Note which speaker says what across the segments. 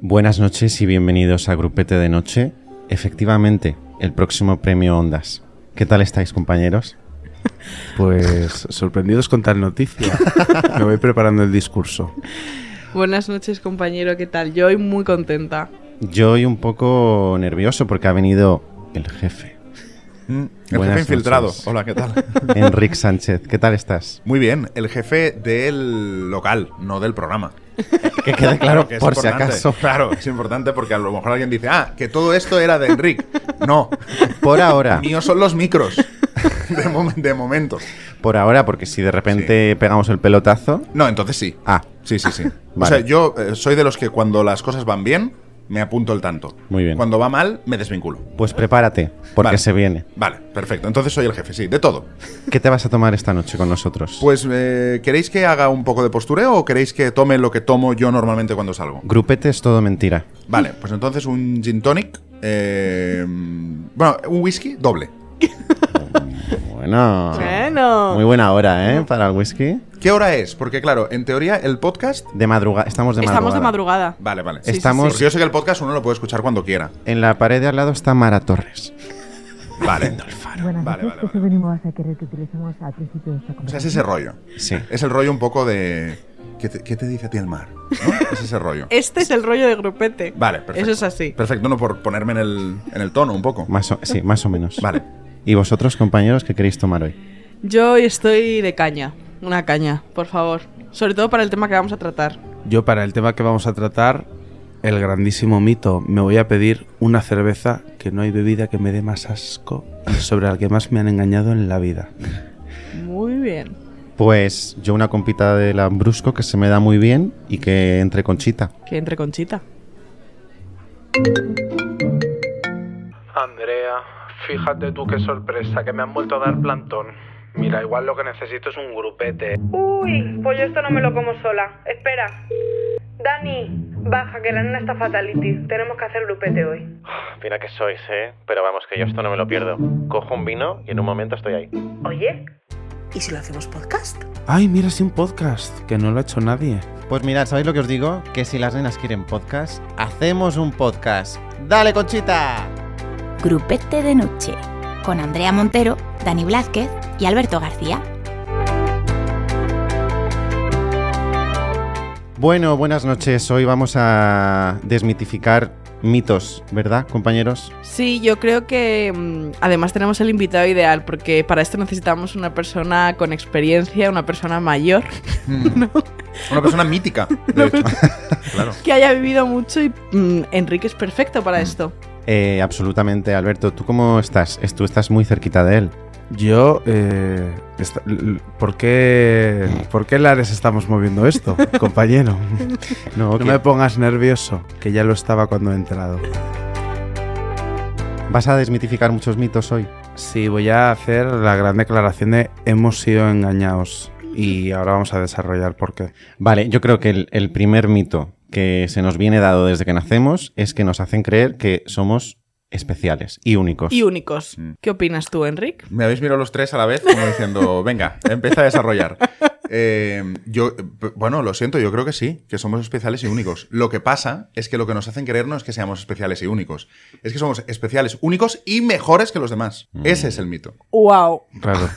Speaker 1: Buenas noches y bienvenidos a Grupete de Noche. Efectivamente, el próximo premio Ondas. ¿Qué tal estáis, compañeros?
Speaker 2: Pues sorprendidos con tal noticia. Me voy preparando el discurso.
Speaker 3: Buenas noches, compañero. ¿Qué tal? Yo hoy muy contenta.
Speaker 1: Yo hoy un poco nervioso porque ha venido el jefe,
Speaker 4: Mm, El
Speaker 1: Buenas
Speaker 4: jefe infiltrado.
Speaker 1: noches.
Speaker 4: Hola, ¿qué tal?
Speaker 1: Enrique Sánchez. ¿Qué tal estás?
Speaker 4: Muy bien, el jefe del local, no del programa.
Speaker 1: Que quede Ah, claro,
Speaker 4: que es
Speaker 1: por si
Speaker 4: importante.
Speaker 1: acaso.
Speaker 4: Claro, es importante porque a lo mejor alguien dice, ah, que todo esto era de Enric. No,
Speaker 1: Por ahora,
Speaker 4: míos son los micros. De, momen- de momento.
Speaker 1: por ahora, porque si de repente pegamos el pelotazo.
Speaker 4: No, entonces sí.
Speaker 1: Ah,
Speaker 4: Sí, sí, sí. O
Speaker 1: Vale.
Speaker 4: sea, yo eh, soy de los que cuando las cosas van bien, me apunto el tanto.
Speaker 1: Muy bien.
Speaker 4: Cuando va mal, me desvinculo.
Speaker 1: pues prepárate, porque
Speaker 4: Vale.
Speaker 1: se viene.
Speaker 4: Vale, perfecto. Entonces soy el jefe, sí, de todo.
Speaker 1: ¿Qué te vas a tomar esta noche con nosotros?
Speaker 4: Pues, eh, ¿queréis que haga un poco de postureo o queréis que tome lo que tomo yo normalmente cuando salgo?
Speaker 1: Grupete es todo mentira.
Speaker 4: Vale, pues entonces un gin tonic. eh, bueno, un whisky doble.
Speaker 1: Bueno.
Speaker 3: Bueno.
Speaker 1: Muy buena hora, ¿eh? Para el whisky.
Speaker 4: ¿Qué hora es? Porque claro, en teoría el podcast...
Speaker 1: De madrugada. Estamos de madrugada.
Speaker 3: Estamos de madrugada.
Speaker 4: Vale, vale.
Speaker 3: Sí, sí,
Speaker 1: Estamos-
Speaker 4: Porque yo sé que el podcast uno lo puede escuchar cuando quiera.
Speaker 1: En la pared de al lado está Mara Torres.
Speaker 4: Vale.
Speaker 5: Buenas
Speaker 4: Vale,
Speaker 5: noches,
Speaker 4: vale,
Speaker 5: eso venimos a querer que utilicemos al principio de esta
Speaker 4: O sea, es
Speaker 5: conversación.
Speaker 4: ese rollo.
Speaker 1: Sí.
Speaker 4: Es el rollo un poco de... ¿Qué te, qué te dice a ti el mar? ¿No? Es ese rollo.
Speaker 3: Este es el rollo de grupete.
Speaker 4: Vale, perfecto.
Speaker 3: Eso es así.
Speaker 4: Perfecto, no por ponerme en el, en el tono un poco.
Speaker 1: Más o, sí, más o menos.
Speaker 4: Vale.
Speaker 1: ¿Y vosotros, compañeros, qué queréis tomar hoy?
Speaker 3: Yo hoy estoy de caña. Una caña, por favor. Sobre todo para el tema que vamos a tratar.
Speaker 2: Yo para el tema que vamos a tratar, el grandísimo mito, me voy a pedir una cerveza que no hay bebida que me dé más asco y sobre la que más me han engañado en la vida.
Speaker 3: Muy bien.
Speaker 1: Pues yo una compita de Lambrusco que se me da muy bien y que entre conchita.
Speaker 3: Que entre conchita.
Speaker 6: Andrea, fíjate tú qué sorpresa que me han vuelto a dar plantón. Mira, igual lo que necesito es un grupete.
Speaker 7: Uy, pues yo esto no me lo como sola. Espera. Dani, baja, que la nena está fatality. Tenemos que hacer grupete hoy.
Speaker 8: Mira que sois, ¿eh? Pero vamos, que yo esto no me lo pierdo. Cojo un vino y en un momento estoy ahí.
Speaker 7: Oye, ¿y si lo hacemos podcast?
Speaker 2: Ay, mira, sí, un podcast, que no lo ha hecho nadie.
Speaker 1: Pues mirad, ¿sabéis lo que os digo? Que si las nenas quieren podcast, hacemos un podcast. ¡Dale, conchita!
Speaker 9: Grupete de Noche, con Andrea Montero, Dani Blázquez y Alberto García.
Speaker 1: Bueno, buenas noches. Hoy vamos a desmitificar mitos, ¿verdad, compañeros?
Speaker 3: Sí, yo creo que mm, además tenemos el invitado ideal, porque para esto necesitamos una persona con experiencia, una persona mayor,
Speaker 4: Mm. Una persona mítica, de hecho. claro.
Speaker 3: que haya vivido mucho y mm, Enrique es perfecto
Speaker 4: Mm,
Speaker 3: para esto.
Speaker 1: Eh, absolutamente, Alberto. ¿Tú cómo estás? Es- Tú estás muy cerquita de él.
Speaker 2: Yo, eh, esta- l- l- ¿por qué, por qué lares estamos moviendo esto, compañero?
Speaker 1: No,
Speaker 2: No me pongas nervioso, que ya lo estaba cuando he entrado.
Speaker 1: ¿Vas a desmitificar muchos mitos hoy?
Speaker 2: Sí, voy a hacer la gran declaración de hemos sido engañados y ahora vamos a desarrollar por qué.
Speaker 1: Vale, yo creo que el, el primer mito que se nos viene dado desde que nacemos es que nos hacen creer que somos especiales y únicos.
Speaker 3: Y únicos.
Speaker 4: Mm.
Speaker 3: ¿Qué opinas tú, Enrique?
Speaker 4: Me habéis mirado los tres a la vez como diciendo, venga, empieza a desarrollar. Eh, yo, eh, p- bueno, lo siento, yo creo que sí, que somos especiales y únicos. Lo que pasa es que lo que nos hacen creer no es que seamos especiales y únicos, es que somos especiales, únicos y mejores que los demás.
Speaker 1: Mm.
Speaker 4: Ese es el mito.
Speaker 3: ¡Wow!
Speaker 2: Claro,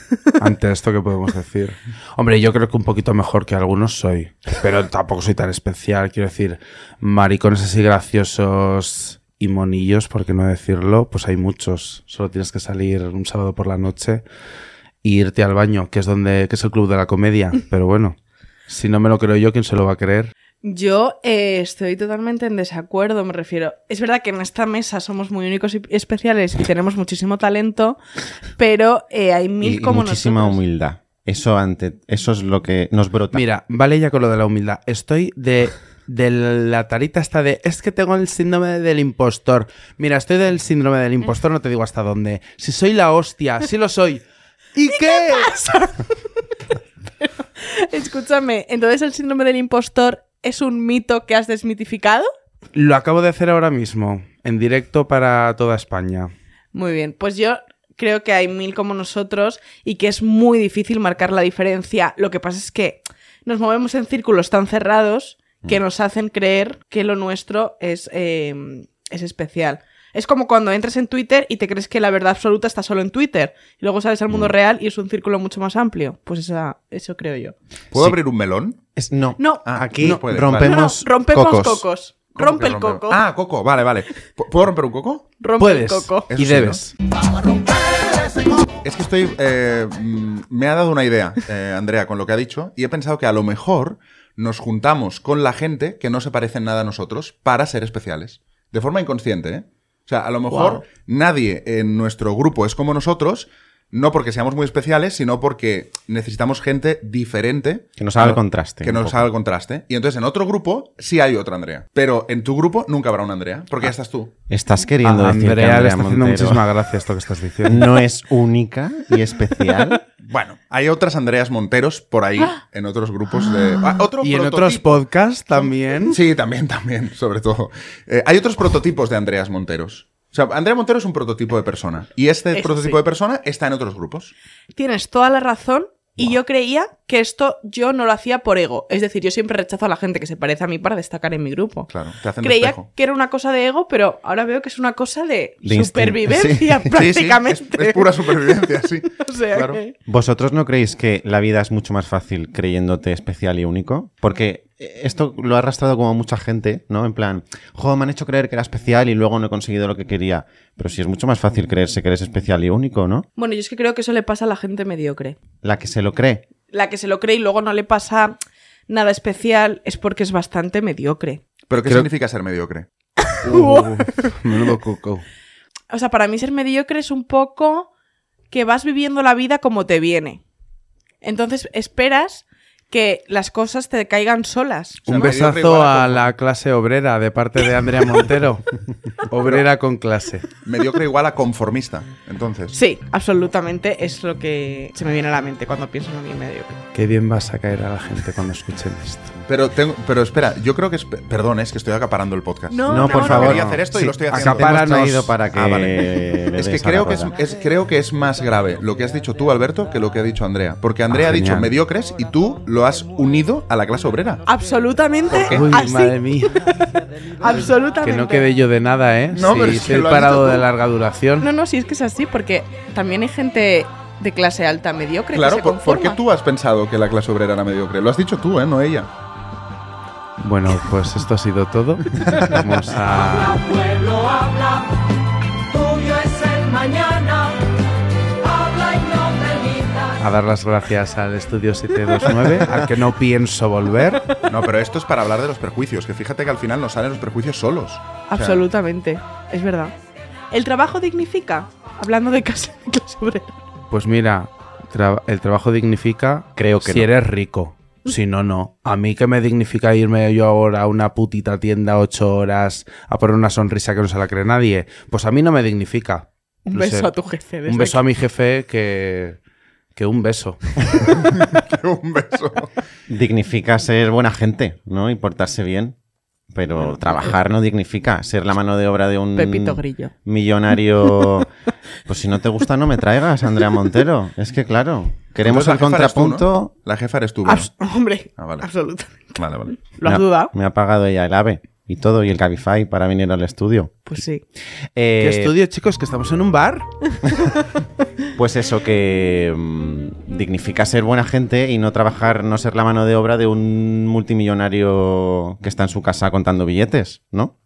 Speaker 2: ante esto que podemos decir. Hombre, yo creo que un poquito mejor que algunos soy, pero tampoco soy tan especial, quiero decir, maricones así graciosos y monillos, por qué no decirlo, pues hay muchos. Solo tienes que salir un sábado por la noche e irte al baño, que es donde que es el club de la comedia, pero bueno, si no me lo creo yo, ¿quién se lo va a creer?
Speaker 3: Yo eh, estoy totalmente en desacuerdo, me refiero. Es verdad que en esta mesa somos muy únicos y especiales y tenemos muchísimo talento, pero eh, hay
Speaker 1: Y-
Speaker 3: mil
Speaker 1: y
Speaker 3: como
Speaker 1: muchísima
Speaker 3: nosotros.
Speaker 1: humildad. Eso ante, eso es lo que nos brota.
Speaker 2: Mira, vale ya con lo de la humildad. Estoy de, de la tarita hasta de es que tengo el síndrome del impostor. Mira, estoy del síndrome del impostor, no te digo hasta dónde. Si soy la hostia, sí lo soy. ¿Y, qué?
Speaker 3: Escúchame, entonces el síndrome del impostor es un mito que has desmitificado.
Speaker 2: Lo acabo de hacer ahora mismo, en directo para toda España.
Speaker 3: Muy bien, pues yo creo que hay mil como nosotros y que es muy difícil marcar la diferencia. Lo que pasa es que nos movemos en círculos tan cerrados que nos hacen creer que lo nuestro es, eh, es especial. Es como cuando entras en Twitter y te crees que la verdad absoluta está solo en Twitter. Y luego sales al mundo real y es un círculo mucho más amplio. Pues esa, eso creo yo.
Speaker 4: ¿Puedo
Speaker 1: Sí.
Speaker 4: abrir un melón?
Speaker 1: Es- no.
Speaker 3: No.
Speaker 4: Ah,
Speaker 1: Aquí
Speaker 4: no puede,
Speaker 3: No, no,
Speaker 1: rompemos,
Speaker 3: rompemos cocos.
Speaker 1: cocos.
Speaker 4: ¿Cómo
Speaker 3: Rompe
Speaker 4: que
Speaker 3: el
Speaker 4: rompemos?
Speaker 3: coco.
Speaker 4: Ah, coco, vale, vale. ¿Pu- ¿Puedo romper un coco?
Speaker 3: rompe
Speaker 2: Puedes
Speaker 3: el coco.
Speaker 4: Eso
Speaker 2: y
Speaker 4: sí,
Speaker 2: debes.
Speaker 4: Es que estoy. eh, mm, me ha dado una idea, eh, Andrea, con lo que ha dicho, y he pensado que a lo mejor nos juntamos con la gente que no se parece en nada a nosotros para ser especiales. De forma inconsciente, ¿eh? O sea, a lo mejor
Speaker 3: Guau.
Speaker 4: nadie en nuestro grupo es como nosotros, no porque seamos muy especiales, sino porque necesitamos gente diferente
Speaker 1: Que nos haga el contraste.
Speaker 4: que
Speaker 1: un
Speaker 4: nos
Speaker 1: poco.
Speaker 4: haga el contraste. Y entonces en otro grupo sí hay otra Andrea. Pero en tu grupo nunca habrá una Andrea,
Speaker 1: Ah.
Speaker 4: porque ya estás tú.
Speaker 1: Estás
Speaker 2: A
Speaker 1: queriendo decir que
Speaker 2: Ah, Andrea le
Speaker 1: Andrea
Speaker 2: está haciendo
Speaker 1: Montero
Speaker 2: muchísima gracia esto que estás diciendo.
Speaker 1: no es única y especial.
Speaker 4: Bueno, hay otras Andreas Monteros por ahí,
Speaker 3: ¡Ah!
Speaker 4: en otros grupos de... Ah, otro
Speaker 2: Y en
Speaker 4: prototipo.
Speaker 2: otros podcasts también.
Speaker 4: Sí, también, también, sobre todo. Eh, hay otros prototipos de Andreas Monteros. O sea, Andrea Montero es un prototipo de persona. Y este
Speaker 3: Eso
Speaker 4: prototipo
Speaker 3: sí.
Speaker 4: de persona está en otros grupos.
Speaker 3: Tienes toda la razón. Y yo creía que esto yo no lo hacía por ego. Es decir, yo siempre rechazo a la gente que se parece a mí para destacar en mi grupo.
Speaker 4: Claro, te hacen de
Speaker 3: Creía
Speaker 4: espejo.
Speaker 3: que era una cosa de ego, pero ahora veo que es una cosa de,
Speaker 1: De instinto.
Speaker 3: supervivencia
Speaker 4: Sí, sí,
Speaker 3: prácticamente.
Speaker 4: es, es pura supervivencia, sí.
Speaker 3: O sea
Speaker 4: Claro.
Speaker 3: que-
Speaker 1: ¿Vosotros no creéis que la vida es mucho más fácil creyéndote especial y único? Porque eh, esto lo ha arrastrado como mucha gente, ¿no? En plan, jo, me han hecho creer que era especial y luego no he conseguido lo que quería. Pero sí es mucho más fácil creerse que eres especial y único, ¿no?
Speaker 3: Bueno, yo es que creo que eso le pasa a la gente mediocre.
Speaker 1: La que se lo cree.
Speaker 3: La que se lo cree y luego no le pasa nada especial es porque es bastante mediocre.
Speaker 4: Pero ¿qué
Speaker 2: Creo-
Speaker 4: significa ser mediocre?
Speaker 2: Uf, Uh, menudo coco.
Speaker 3: O sea, para mí ser mediocre es un poco que vas viviendo la vida como te viene. Entonces esperas que las cosas te caigan solas.
Speaker 4: sea,
Speaker 2: Un
Speaker 4: me dio
Speaker 2: besazo
Speaker 4: igual a
Speaker 2: a
Speaker 4: coco.
Speaker 2: la clase obrera de parte de Andrea Montero. Obrera con clase.
Speaker 4: Mediocre igual a conformista, entonces.
Speaker 3: Sí, absolutamente es lo que se me viene a la mente cuando pienso en alguien mediocre.
Speaker 2: Qué bien vas a caer a la gente cuando escuchen esto.
Speaker 4: Pero, tengo, pero espera, yo creo que... es- Perdón, es que estoy acaparando el podcast.
Speaker 3: No,
Speaker 1: No, por
Speaker 3: no,
Speaker 1: favor.
Speaker 4: Quería hacer esto y lo estoy haciendo.
Speaker 1: Te hemos
Speaker 2: Acapáranos.
Speaker 1: traído para que.
Speaker 4: Ah, vale.
Speaker 1: le
Speaker 4: Es que
Speaker 1: des a la
Speaker 4: creo que es,
Speaker 1: rueda.
Speaker 4: es- creo que es más grave lo que has dicho tú, Alberto, que lo que ha dicho Andrea. Porque Andrea
Speaker 2: Ah,
Speaker 4: ha dicho
Speaker 2: genial.
Speaker 4: mediocres y tú lo has unido a la clase obrera.
Speaker 3: Absolutamente
Speaker 4: ¿Por qué? Ah,
Speaker 2: Uy,
Speaker 3: así.
Speaker 2: madre mía.
Speaker 3: Absolutamente.
Speaker 2: Que no quede yo de nada, ¿eh?
Speaker 4: No,
Speaker 2: Sí,
Speaker 4: pero es que
Speaker 2: soy
Speaker 4: lo has
Speaker 2: parado
Speaker 4: dicho
Speaker 2: de
Speaker 4: tú.
Speaker 2: larga duración.
Speaker 3: No, no, sí, es que es así, porque también hay gente de clase alta mediocre
Speaker 4: Claro,
Speaker 3: que se
Speaker 4: por,
Speaker 3: conforma.
Speaker 4: porque tú has pensado que la clase obrera era mediocre. Lo has dicho tú, ¿eh? No ella.
Speaker 2: Bueno, pues esto ha sido todo. Vamos a... A dar las gracias al estudio 729, al que no pienso volver.
Speaker 4: No, pero esto es para hablar de los prejuicios, que fíjate que al final nos salen los prejuicios solos. O sea,
Speaker 3: Absolutamente, es verdad. ¿El trabajo dignifica? Hablando de clase, clase obrera.
Speaker 2: Pues mira, tra- el trabajo dignifica
Speaker 1: Creo que
Speaker 2: si
Speaker 1: no.
Speaker 2: eres rico. Si no, no. A mí que me dignifica irme yo ahora a una putita tienda ocho horas a poner una sonrisa que no se la cree nadie. Pues a mí no me dignifica.
Speaker 3: Un
Speaker 2: No
Speaker 3: beso
Speaker 2: sé.
Speaker 3: a tu jefe.
Speaker 2: Un beso a mi jefe que, que un beso.
Speaker 4: un beso.
Speaker 1: Dignifica ser buena gente, ¿no? Y portarse bien. Pero trabajar no dignifica. Ser la mano de obra de un.
Speaker 3: Pepito Grillo.
Speaker 1: millonario. Pues si no te gusta, no me traigas, Andrea Montero. Es que claro, queremos
Speaker 4: Entonces, la
Speaker 1: el
Speaker 4: jefa eres tú,
Speaker 1: contrapunto.
Speaker 4: ¿no? La jefa eres tú. ¿verdad?
Speaker 3: Abs- hombre,
Speaker 4: Ah, vale.
Speaker 3: absolutamente.
Speaker 4: Vale, vale.
Speaker 3: ¿Lo has
Speaker 1: Me ha-
Speaker 3: dudado?
Speaker 1: Me ha pagado ella el AVE y todo, y el Cabify para venir al estudio.
Speaker 3: Pues sí.
Speaker 1: Eh,
Speaker 2: ¿Qué estudio, chicos? ¿Que estamos en un bar?
Speaker 1: Pues eso, que mm, dignifica ser buena gente y no trabajar, no ser la mano de obra de un multimillonario que está en su casa contando billetes, ¿no?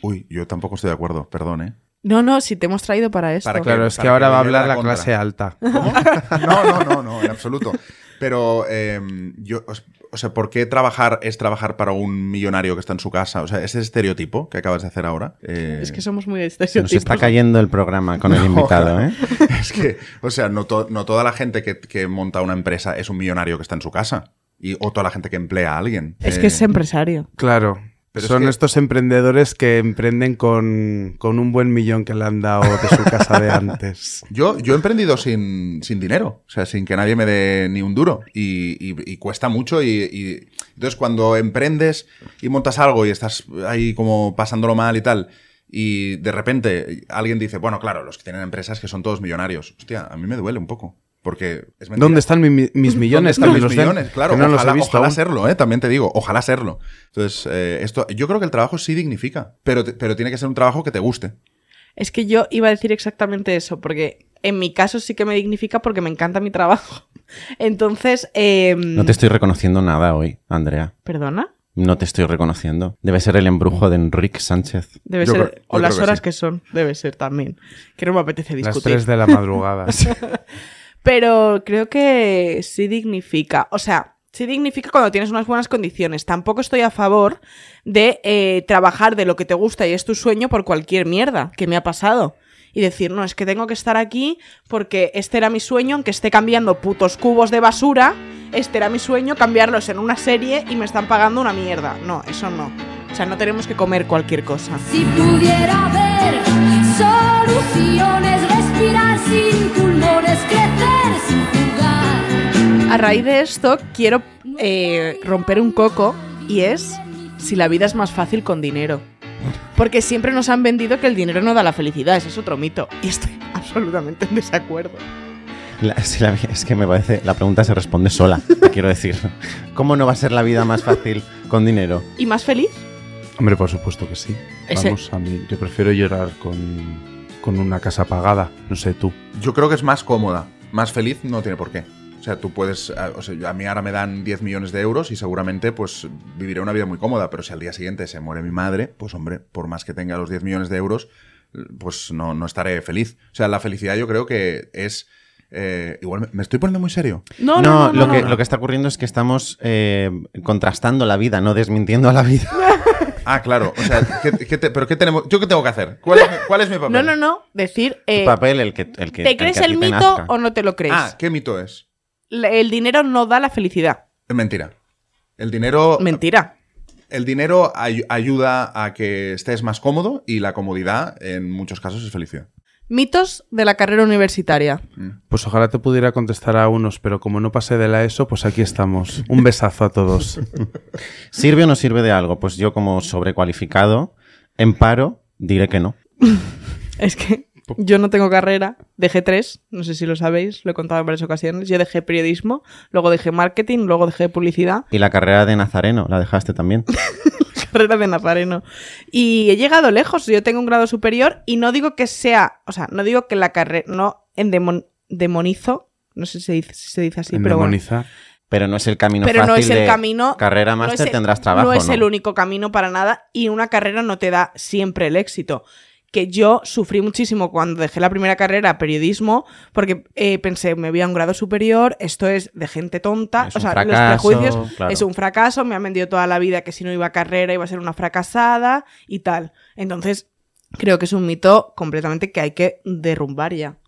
Speaker 4: Uy, yo tampoco estoy de acuerdo, perdón, ¿eh?
Speaker 3: No, no, si te hemos traído para esto.
Speaker 4: Para que-
Speaker 2: Claro, es que
Speaker 4: para
Speaker 2: ahora
Speaker 4: que
Speaker 2: va a
Speaker 4: me dé la
Speaker 2: hablar la
Speaker 4: contra.
Speaker 2: clase alta.
Speaker 4: No, no, no, no, en absoluto. Pero eh, yo, os- o sea, ¿por qué trabajar es trabajar para un millonario que está en su casa? O sea, ese estereotipo que acabas de hacer ahora. eh,
Speaker 3: Es que somos muy
Speaker 1: Se nos está
Speaker 3: estereotipos.
Speaker 1: cayendo el programa con el invitado, ¿eh?
Speaker 4: es que, o sea, no, to- no toda la gente que, que monta una empresa es un millonario que está en su casa. Y, o toda la gente que emplea a alguien.
Speaker 3: Es
Speaker 4: Eh,
Speaker 3: que es empresario.
Speaker 2: Claro.
Speaker 4: Pero es
Speaker 2: Son
Speaker 4: que-
Speaker 2: estos emprendedores que emprenden con, con un buen millón que le han dado de su casa de antes.
Speaker 4: Yo, yo he emprendido sin, sin dinero, o sea, sin que nadie me dé ni un duro. Y, y- y cuesta mucho. Y, y- entonces, cuando emprendes y montas algo y estás ahí como pasándolo mal y tal, y de repente alguien dice, bueno, claro, los que tienen empresas que son todos millonarios. Hostia, a mí me duele un poco. Porque es mentira.
Speaker 2: ¿Dónde están mi- mi- mis millones?
Speaker 4: ¿Dónde
Speaker 2: Que me
Speaker 4: están
Speaker 2: los
Speaker 4: mis
Speaker 2: den,
Speaker 4: millones? Claro,
Speaker 2: que no los he
Speaker 4: ojalá,
Speaker 2: visto
Speaker 4: ojalá
Speaker 2: aún.
Speaker 4: serlo, ¿eh? también te digo, ojalá serlo. Entonces, eh, esto, yo creo que el trabajo sí dignifica, pero, te- pero tiene que ser un trabajo que te guste.
Speaker 3: Es que yo iba a decir exactamente eso, porque en mi caso sí que me dignifica porque me encanta mi trabajo. Entonces, eh,
Speaker 1: No te estoy reconociendo nada hoy, Andrea.
Speaker 3: ¿Perdona?
Speaker 1: No te estoy reconociendo. Debe ser el embrujo de Enrique Sánchez.
Speaker 3: Debe
Speaker 4: Yo
Speaker 3: ser.
Speaker 4: creo- yo
Speaker 3: o las
Speaker 4: creo que
Speaker 3: horas
Speaker 4: sí.
Speaker 3: que son, debe ser también. Que no me apetece
Speaker 2: Las
Speaker 3: discutir.
Speaker 2: 3 de la madrugada.
Speaker 3: Pero creo que sí dignifica. O sea, sí dignifica cuando tienes unas buenas condiciones. Tampoco estoy a favor de eh, trabajar de lo que te gusta y es tu sueño por cualquier mierda que me ha pasado. Y decir, no, es que tengo que estar aquí porque este era mi sueño, aunque esté cambiando putos cubos de basura, este era mi sueño, cambiarlos en una serie y me están pagando una mierda. No, eso no. O sea, no tenemos que comer cualquier cosa.
Speaker 10: Si pudiera ver soluciones, respirar sin pulmones, crecer sin jugar.
Speaker 3: A raíz de esto, quiero eh, romper un coco y es si la vida es más fácil con dinero. Porque siempre nos han vendido que el dinero no da la felicidad, ese es otro mito. Y estoy absolutamente en desacuerdo.
Speaker 1: La- si la vi- es que me parece, la pregunta se responde sola, te quiero decir. ¿Cómo no va a ser la vida más fácil con dinero?
Speaker 3: ¿Y más feliz?
Speaker 2: Hombre, por supuesto que sí.
Speaker 3: Ese-
Speaker 2: Vamos, a mí, yo prefiero llorar con, con una casa pagada, no sé tú.
Speaker 4: Yo creo que es más cómoda, más feliz no tiene por qué. O sea, tú puedes, a- o sea, yo- a mí ahora me dan 10 millones de euros y seguramente pues viviré una vida muy cómoda, pero si al día siguiente se muere mi madre, pues hombre, por más que tenga los 10 millones de euros, l- pues no, no estaré feliz. O sea, la felicidad yo creo que es... eh, igual me- me estoy poniendo muy serio.
Speaker 3: No,
Speaker 1: No,
Speaker 3: no, no.
Speaker 1: lo,
Speaker 3: no,
Speaker 1: que,
Speaker 3: no.
Speaker 1: lo que está ocurriendo es que estamos eh, contrastando la vida, no desmintiendo a la vida.
Speaker 4: Ah, claro. O sea, ¿qué- qué te- ¿pero qué tenemos? ¿Yo qué tengo que hacer? ¿Cuál es, mi- cuál es mi papel?
Speaker 3: No, no, no. Decir, eh,
Speaker 1: tu papel, el que. El que
Speaker 3: ¿te
Speaker 1: el que
Speaker 3: crees
Speaker 1: a ti
Speaker 3: el
Speaker 1: te
Speaker 3: mito
Speaker 1: nazca.
Speaker 3: o no te lo crees?
Speaker 4: Ah, ¿qué mito es?
Speaker 3: La- El dinero no da la felicidad.
Speaker 4: Es mentira. El
Speaker 3: Oh.
Speaker 4: dinero,
Speaker 3: Mentira.
Speaker 4: el dinero ay- ayuda a que estés más cómodo y la comodidad en muchos casos es felicidad. Mm.
Speaker 3: Mitos de la carrera universitaria.
Speaker 2: Pues ojalá te pudiera contestar a unos, pero como no pasé de la ESO, pues aquí estamos. Un besazo a todos.
Speaker 1: ¿Sirve o no sirve de algo? Pues yo, como sobrecualificado, en paro, diré que no.
Speaker 3: Es que yo no tengo carrera, dejé tres, no sé si lo sabéis, lo he contado en varias ocasiones. Yo dejé periodismo, luego dejé marketing, luego dejé publicidad,
Speaker 1: Y la carrera de Nazareno, la dejaste también.
Speaker 3: carrera de nazareno. Y he llegado lejos, yo tengo un grado superior y no digo que sea, o sea, no digo que la carrera, no endemon- demonizo, no sé si se dice, si se dice así, pero bueno.
Speaker 2: Endemoniza.
Speaker 1: Pero no es el camino
Speaker 3: Pero
Speaker 1: fácil.
Speaker 3: no es el
Speaker 1: de
Speaker 3: camino.
Speaker 1: Carrera
Speaker 3: no es
Speaker 1: máster
Speaker 3: el-
Speaker 1: tendrás trabajo.
Speaker 3: No es
Speaker 1: ¿no?
Speaker 3: el único camino para nada y una carrera no te da siempre el éxito. Que yo sufrí muchísimo cuando dejé la primera carrera, periodismo, porque eh, pensé, me voy a un grado superior, esto es de gente tonta,
Speaker 1: Es
Speaker 3: o
Speaker 1: un
Speaker 3: sea,
Speaker 1: fracaso,
Speaker 3: los prejuicios
Speaker 1: claro.
Speaker 3: es un fracaso, me han vendido toda la vida que si no iba a carrera iba a ser una fracasada y tal. Entonces, creo que es un mito completamente que hay que derrumbar ya.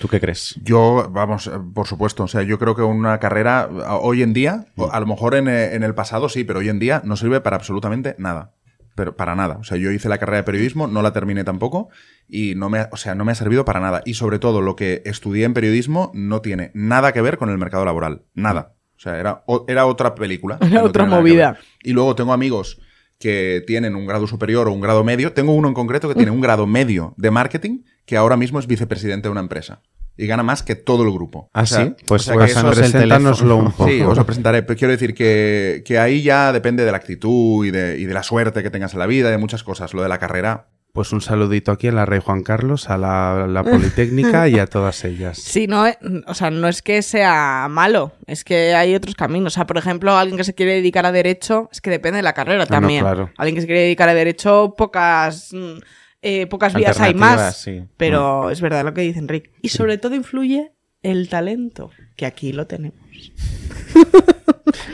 Speaker 1: ¿Tú qué crees?
Speaker 4: Yo, vamos, eh, por supuesto. O sea, yo creo que una carrera a- hoy en día,
Speaker 3: Mm.
Speaker 4: o a lo mejor en, eh, en el pasado sí, pero hoy en día no sirve para absolutamente nada. Pero para nada. O sea, yo hice la carrera de periodismo, no la terminé tampoco y no me, ha- o sea, no me ha servido para nada. Y sobre todo, lo que estudié en periodismo no tiene nada que ver con el mercado laboral. Nada. O sea, era, o- era otra película.
Speaker 3: Era
Speaker 4: No tiene
Speaker 3: otra
Speaker 4: nada que
Speaker 3: movida.
Speaker 4: ver. Y luego tengo amigos que tienen un grado superior o un grado medio. Tengo uno en concreto que tiene un grado medio de marketing que ahora mismo es vicepresidente de una empresa. Y gana más que todo el grupo.
Speaker 1: Ah,
Speaker 4: O sea,
Speaker 1: sí. Pues,
Speaker 4: o sea que
Speaker 1: pues,
Speaker 4: eso-
Speaker 1: Andrés, el
Speaker 2: preséntanoslo
Speaker 1: teléfono.
Speaker 2: un poco.
Speaker 4: Sí, os lo presentaré. Pero quiero decir que, que ahí ya depende de la actitud y de, y de la suerte que tengas en la vida, de muchas cosas. Lo de la carrera.
Speaker 2: Pues un saludito aquí a la Rey Juan Carlos, a la, la Politécnica y a todas ellas.
Speaker 3: Sí, no, eh, o sea, no es que sea malo, es que hay otros caminos. O sea, por ejemplo, alguien que se quiere dedicar a derecho, es que depende de la carrera
Speaker 1: Ah,
Speaker 2: no,
Speaker 3: también.
Speaker 2: claro.
Speaker 3: Alguien que se quiere dedicar a derecho, pocas, mm, eh, pocas vías hay más.
Speaker 1: Alternativas, sí. Mm.
Speaker 3: Pero es verdad lo que dice Enrique. Y sobre todo influye el talento, que aquí lo tenemos.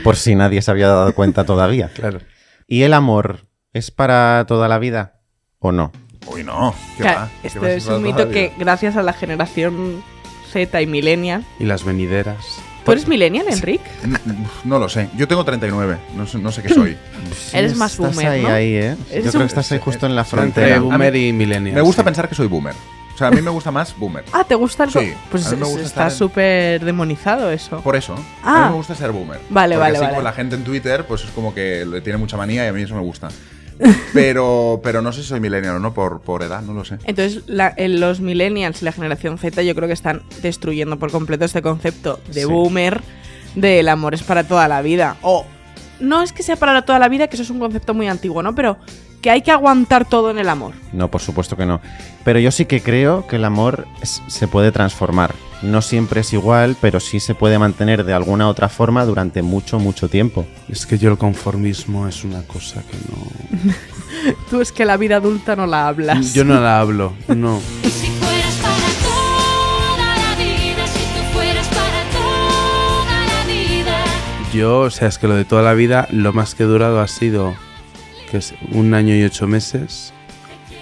Speaker 1: Por si nadie se había dado cuenta todavía.
Speaker 2: Claro.
Speaker 1: ¿Y el amor es para toda la vida o no?
Speaker 4: Uy, no. ¿qué
Speaker 3: Claro,
Speaker 4: va? ¿Qué
Speaker 3: este
Speaker 4: vas a
Speaker 3: es
Speaker 4: hablar
Speaker 3: un mito
Speaker 4: todavía?
Speaker 3: que gracias a la generación Z y millennial.
Speaker 2: Y las venideras.
Speaker 3: ¿Tú
Speaker 4: Pues
Speaker 3: eres millennial, Enrique?
Speaker 4: Mm, No lo sé. Yo tengo 39. No sé, no sé qué soy.
Speaker 3: Eres más
Speaker 1: Pues Estás
Speaker 3: boomer,
Speaker 1: ahí,
Speaker 3: ¿no?
Speaker 1: ahí, ¿eh? Yo
Speaker 3: Eres
Speaker 1: creo que
Speaker 3: un-
Speaker 1: estás ahí justo en la
Speaker 2: Entre
Speaker 1: frontera.
Speaker 2: boomer y millennials.
Speaker 4: Me gusta
Speaker 2: sí.
Speaker 4: pensar que soy boomer. O sea, a mí me gusta más boomer.
Speaker 3: Ah, ¿te gusta el co-
Speaker 4: Sí,
Speaker 3: Pues
Speaker 4: a mí me gusta estar
Speaker 3: está
Speaker 4: en- Pues
Speaker 3: súper demonizado eso.
Speaker 4: Por eso. ¿eh? A
Speaker 3: Ah.
Speaker 4: mí me gusta ser boomer.
Speaker 3: Vale,
Speaker 4: Porque
Speaker 3: vale,
Speaker 4: así
Speaker 3: vale.
Speaker 4: como la gente en Twitter, pues es como que le tiene mucha manía y a mí eso me gusta. Pero, pero no sé si soy millennial o no, por, por edad, no lo sé.
Speaker 3: Entonces, la- eh, los millennials y la generación Z yo creo que están destruyendo por completo este concepto de
Speaker 1: Sí.
Speaker 3: boomer, del amor es para toda la vida. O no es que sea para toda la vida, que eso es un concepto muy antiguo, ¿no? Pero que hay que aguantar todo en el amor.
Speaker 1: No, por supuesto que no. Pero yo sí que creo que el amor es- se puede transformar. No siempre es igual, pero sí se puede mantener de alguna otra forma durante mucho, mucho tiempo.
Speaker 2: Es que yo el conformismo es una cosa que no...
Speaker 3: Tú es que la vida adulta no la hablas.
Speaker 2: Yo no la hablo, no. Yo, o sea, es que lo de toda la vida, lo más que he durado ha sido que es un año y ocho meses,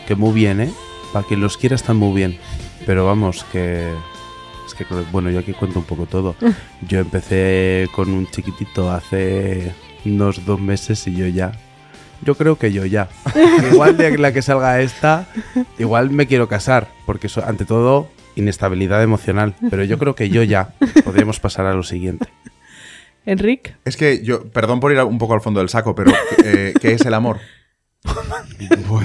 Speaker 2: que muy bien, ¿eh? Para quien los quiera están muy bien, pero vamos, que... Es que, creo- bueno, yo aquí cuento un poco todo. Yo empecé con un chiquitito hace unos dos meses y yo ya... Yo creo que yo ya. Igual de la que salga esta, igual me quiero casar, porque eso, ante todo, inestabilidad emocional. Pero yo creo que yo ya. Podríamos pasar a lo siguiente.
Speaker 3: Enric,
Speaker 4: Es que yo, perdón por ir a- un poco al fondo del saco, pero eh, ¿qué es el amor?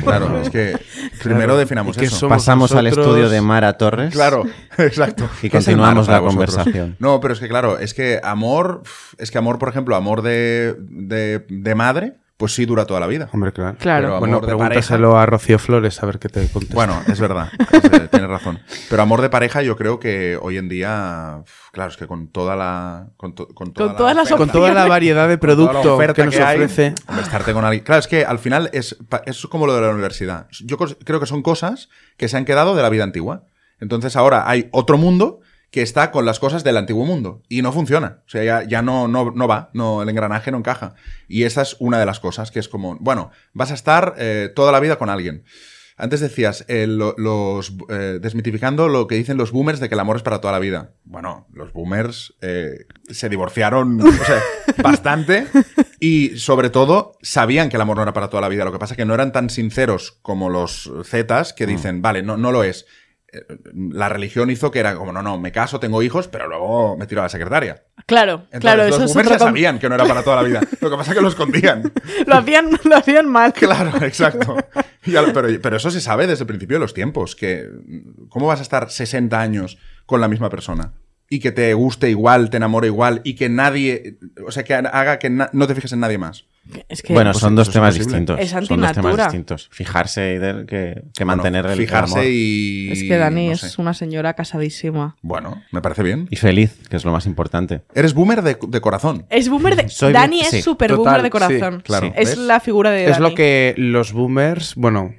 Speaker 4: claro, es que primero
Speaker 2: Claro.
Speaker 4: definamos
Speaker 2: ¿Y qué
Speaker 4: eso.
Speaker 2: somos
Speaker 1: Pasamos al
Speaker 2: nosotros?
Speaker 1: estudio de Mara Torres.
Speaker 4: Claro, exacto.
Speaker 1: Y
Speaker 4: ¿Qué es el mar
Speaker 1: continuamos
Speaker 4: para
Speaker 1: la
Speaker 4: vosotros?
Speaker 1: conversación.
Speaker 4: No, pero es que claro, es que amor, uf, es que amor, por ejemplo, amor de, de, de madre, pues sí dura toda la vida.
Speaker 2: Hombre, claro.
Speaker 3: Claro.
Speaker 4: Pero
Speaker 2: Bueno,
Speaker 4: amor de pareja.
Speaker 2: pregúntaselo a Rocío Flores a ver qué te contesta.
Speaker 4: Bueno, es verdad, es, eh, tienes razón. Pero amor de pareja yo creo que hoy en día, uf, claro, es que con toda la... Con, to- con toda
Speaker 3: Con
Speaker 4: la
Speaker 3: todas las
Speaker 4: oferta-
Speaker 2: con toda la variedad de
Speaker 4: toda la
Speaker 2: producto
Speaker 4: oferta
Speaker 2: que nos
Speaker 4: hay,
Speaker 2: ofrece.
Speaker 4: hombre, estarte con alguien. Claro, es que al final es, pa- es como lo de la universidad. Yo cos- creo que son cosas que se han quedado de la vida antigua. Entonces ahora hay otro mundo que está con las cosas del antiguo mundo y no funciona. O sea, ya, ya no, no, no va, no, el engranaje no encaja. Y esa es una de las cosas que es como, bueno, vas a estar eh, toda la vida con alguien. Antes decías, eh, lo- los eh, desmitificando lo que dicen los boomers de que el amor es para toda la vida. Bueno, los boomers eh, se divorciaron o sea, bastante y sobre todo sabían que el amor no era para toda la vida. Lo que pasa es que no eran tan sinceros como los zetas
Speaker 3: Mm.
Speaker 4: que dicen, vale, no, no lo es. Eh, La religión hizo que era como, no, no, me caso, tengo hijos, pero luego me tiro a la secretaria.
Speaker 3: claro,
Speaker 4: Entonces,
Speaker 3: claro,
Speaker 4: los
Speaker 3: eso es
Speaker 4: boomers
Speaker 3: otro
Speaker 4: ya
Speaker 3: con-
Speaker 4: sabían que no era para toda la vida. Lo que pasa es que lo escondían.
Speaker 3: Lo hacían, lo hacían mal.
Speaker 4: Claro, exacto. Y al- pero, pero eso se sabe desde el principio de los tiempos, que mm, cómo vas a estar 60 años con la misma persona y que te guste igual, te enamore igual y que nadie, o sea, que haga que na- no te fijes en nadie más.
Speaker 3: Es que
Speaker 1: Bueno,
Speaker 4: Pues
Speaker 1: son
Speaker 4: sí,
Speaker 1: dos
Speaker 4: eso es
Speaker 1: temas
Speaker 4: posible.
Speaker 1: distintos.
Speaker 3: Es
Speaker 1: son dos temas
Speaker 3: antinatura.
Speaker 1: distintos. Fijarse y del que, que
Speaker 4: Bueno,
Speaker 1: mantener el- el
Speaker 4: fijarse
Speaker 1: amor.
Speaker 4: y
Speaker 3: pues, es que Dani
Speaker 4: no
Speaker 3: es
Speaker 4: sé.
Speaker 3: una señora casadísima.
Speaker 4: Bueno, me parece bien.
Speaker 1: Y feliz, que es lo más importante.
Speaker 4: Eres boomer de, de corazón.
Speaker 3: Es boomer de...
Speaker 1: Soy-
Speaker 3: Dani
Speaker 1: sí,
Speaker 3: es súper boomer
Speaker 2: total,
Speaker 3: de
Speaker 2: sí,
Speaker 3: corazón.
Speaker 4: claro,
Speaker 3: es
Speaker 4: ¿ves?
Speaker 3: la figura de Dani.
Speaker 2: Es lo que los boomers, bueno,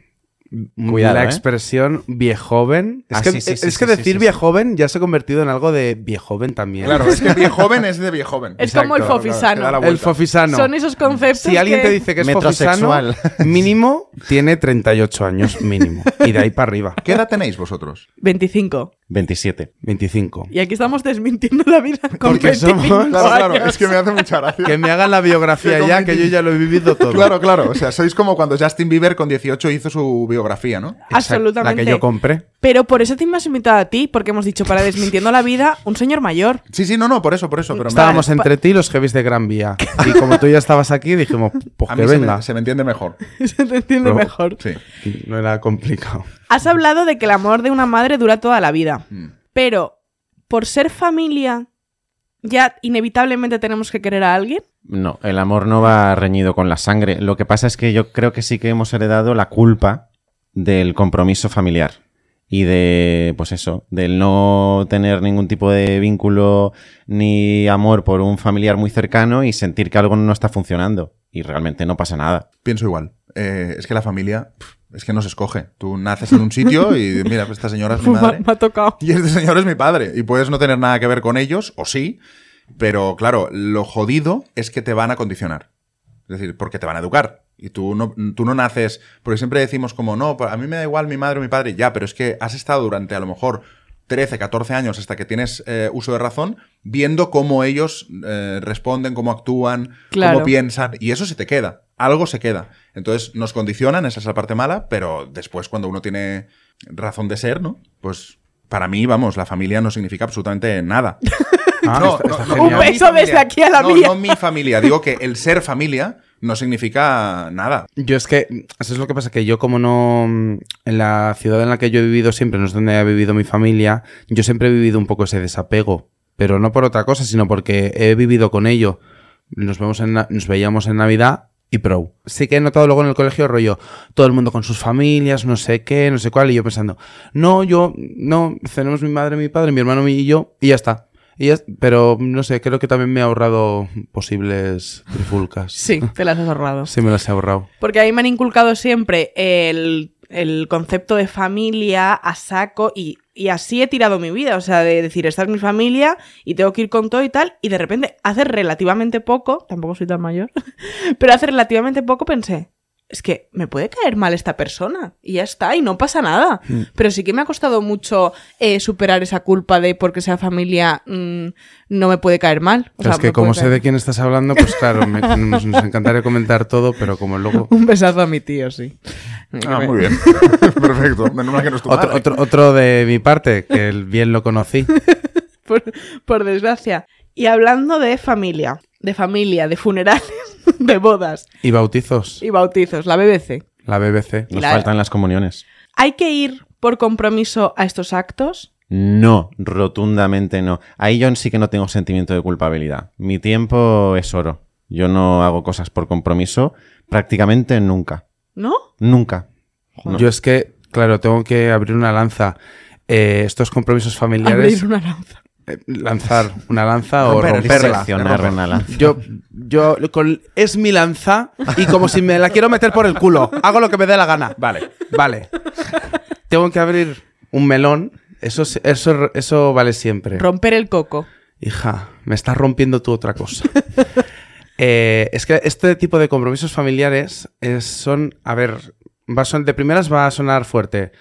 Speaker 1: Cuidado,
Speaker 2: la
Speaker 1: ¿eh?
Speaker 2: expresión viejoven. Es
Speaker 1: Ah,
Speaker 2: que,
Speaker 1: sí, sí,
Speaker 2: es
Speaker 1: sí,
Speaker 2: que
Speaker 1: sí, sí,
Speaker 2: decir
Speaker 1: sí.
Speaker 2: viejoven ya se ha convertido en algo de viejoven también.
Speaker 4: Claro, es que viejoven es de viejoven.
Speaker 3: Es como el
Speaker 4: Exacto, claro,
Speaker 3: fofisano.
Speaker 4: te da la
Speaker 2: El
Speaker 4: vuelta.
Speaker 2: fofisano.
Speaker 3: Son esos conceptos
Speaker 2: si alguien
Speaker 3: que-
Speaker 2: te dice que es
Speaker 1: Metrosexual.
Speaker 2: fofisano, mínimo tiene 38 años mínimo. Y de ahí para arriba.
Speaker 4: ¿Qué edad tenéis vosotros?
Speaker 3: 25.
Speaker 1: 27.
Speaker 2: 25.
Speaker 3: Y aquí estamos desmintiendo la vida con
Speaker 2: Porque somos-
Speaker 3: 25
Speaker 4: Claro, claro,
Speaker 3: años.
Speaker 4: es que me hace mucha gracia.
Speaker 2: Que me hagan la biografía ya, que yo ya lo he vivido todo.
Speaker 4: Claro, claro. O sea, sois como cuando Justin Bieber con 18 hizo su biografía, ¿no?
Speaker 2: Exacto,
Speaker 3: Absolutamente.
Speaker 2: La que yo compré.
Speaker 3: Pero por eso te hemos invitado a ti, porque hemos dicho para desmintiendo la vida, un señor mayor.
Speaker 4: Sí, sí, no, no, por eso, por eso. Pero me-
Speaker 2: Estábamos entre ti y los heavies de Gran Vía. Y como tú ya estabas aquí, dijimos, pues
Speaker 4: a
Speaker 2: que
Speaker 4: mí se me-
Speaker 2: venga.
Speaker 4: se me entiende mejor.
Speaker 3: Se te entiende
Speaker 2: Pero-
Speaker 3: mejor.
Speaker 4: Sí.
Speaker 2: No era complicado.
Speaker 3: Has hablado de que el amor de una madre dura toda la vida.
Speaker 4: Mm,
Speaker 3: Pero por ser familia, ya inevitablemente tenemos que querer a alguien.
Speaker 1: No, el amor no va reñido con la sangre. Lo que pasa es que yo creo que sí que hemos heredado la culpa del compromiso familiar y de, pues eso, del no tener ningún tipo de vínculo ni amor por un familiar muy cercano y sentir que algo no está funcionando. Y realmente no pasa nada.
Speaker 4: Pienso igual. Eh, es que la familia pf, es que no se escoge. Tú naces en un sitio y mira, pues esta señora es mi madre.
Speaker 3: Me, ha tocado.
Speaker 4: Y este señor es mi padre. Y puedes no tener nada que ver con ellos, o sí. Pero claro, lo jodido es que te van a condicionar. Es decir, porque te van a educar. Y tú no, tú no naces. Porque siempre decimos como, no, pa- a mí me da igual mi madre o mi padre. Ya, pero es que has estado durante a lo mejor 13, 14 años hasta que tienes eh, uso de razón, viendo cómo ellos eh, responden, cómo actúan,
Speaker 3: Claro.
Speaker 4: cómo piensan. Y eso se te queda. Algo se queda. Entonces nos condicionan, esa es la parte mala, pero después cuando uno tiene razón de ser, ¿no? Pues para mí, vamos, la familia no significa absolutamente nada.
Speaker 2: Ah,
Speaker 4: No,
Speaker 2: está-
Speaker 4: no,
Speaker 2: está
Speaker 4: no,
Speaker 2: genial.
Speaker 4: no
Speaker 3: Un beso
Speaker 4: mi familia.
Speaker 3: desde aquí a la
Speaker 4: No,
Speaker 3: mía.
Speaker 4: No mi familia. Digo que el ser familia no significa nada.
Speaker 2: Yo es que, eso es lo que pasa, que yo como no, mm, en la ciudad en la que yo he vivido siempre, no es donde ha vivido mi familia, yo siempre he vivido un poco ese desapego, pero no por otra cosa, sino porque he vivido con ello. Nos, vemos en na- nos veíamos en Navidad y pro. Sí que he notado luego en el colegio rollo, todo el mundo con sus familias, no sé qué, no sé cuál, y yo pensando, no, yo, no, tenemos mi madre, mi padre, mi hermano y yo, y ya está. Y ya- pero no sé, creo que también me he ahorrado posibles trifulcas.
Speaker 3: Sí, te las has ahorrado.
Speaker 2: Sí, me las he ahorrado.
Speaker 3: Porque a mí me han inculcado siempre el, el concepto de familia a saco y, y así he tirado mi vida. O sea, de decir, esta es mi familia y tengo que ir con todo y tal. Y de repente, hace relativamente poco, tampoco soy tan mayor, pero hace relativamente poco pensé, es que me puede caer mal esta persona y ya está, y no pasa nada.
Speaker 2: Mm.
Speaker 3: Pero sí que me ha costado mucho eh, superar esa culpa de porque sea familia mm, no me puede caer mal. O sea,
Speaker 2: es que
Speaker 3: me
Speaker 2: como
Speaker 3: puede
Speaker 2: sé
Speaker 3: caer-
Speaker 2: de quién estás hablando, pues claro, me- nos, nos encantaría comentar todo, pero como luego...
Speaker 3: Un besazo a mi tío, sí.
Speaker 4: Ah, muy bien. Perfecto. Menos mal que no es tu
Speaker 2: Otro,
Speaker 4: madre.
Speaker 2: otro, otro de mi parte, que el bien lo conocí.
Speaker 3: por, por desgracia. Y hablando de familia, de familia, de funerales, de bodas
Speaker 2: Y bautizos,
Speaker 3: y bautizos, la BBC.
Speaker 2: la BBC.
Speaker 1: Nos
Speaker 3: La-
Speaker 1: faltan las comuniones.
Speaker 3: ¿Hay que ir por compromiso a estos actos?
Speaker 1: No, rotundamente no. Ahí yo en sí que no tengo sentimiento de culpabilidad. Mi tiempo es oro. Yo no hago cosas por compromiso prácticamente nunca.
Speaker 3: ¿No?
Speaker 1: Nunca. No.
Speaker 2: Yo es que, claro, tengo que abrir una lanza. Eh, estos compromisos familiares,
Speaker 3: Abrir una lanza.
Speaker 2: eh, lanzar una lanza o
Speaker 4: Romper el
Speaker 2: romperla.
Speaker 1: Diseccionar una lanza.
Speaker 2: Yo, yo, con- es mi lanza y como si me la quiero meter por el culo. Hago lo que me dé la gana. Vale. Vale. Tengo que abrir un melón. Eso, es- eso, eso vale siempre.
Speaker 3: Romper el coco.
Speaker 2: Hija, me estás rompiendo tú otra cosa. Eh, es que este tipo de compromisos familiares es- son, a ver, va a son, de primeras va a sonar fuerte,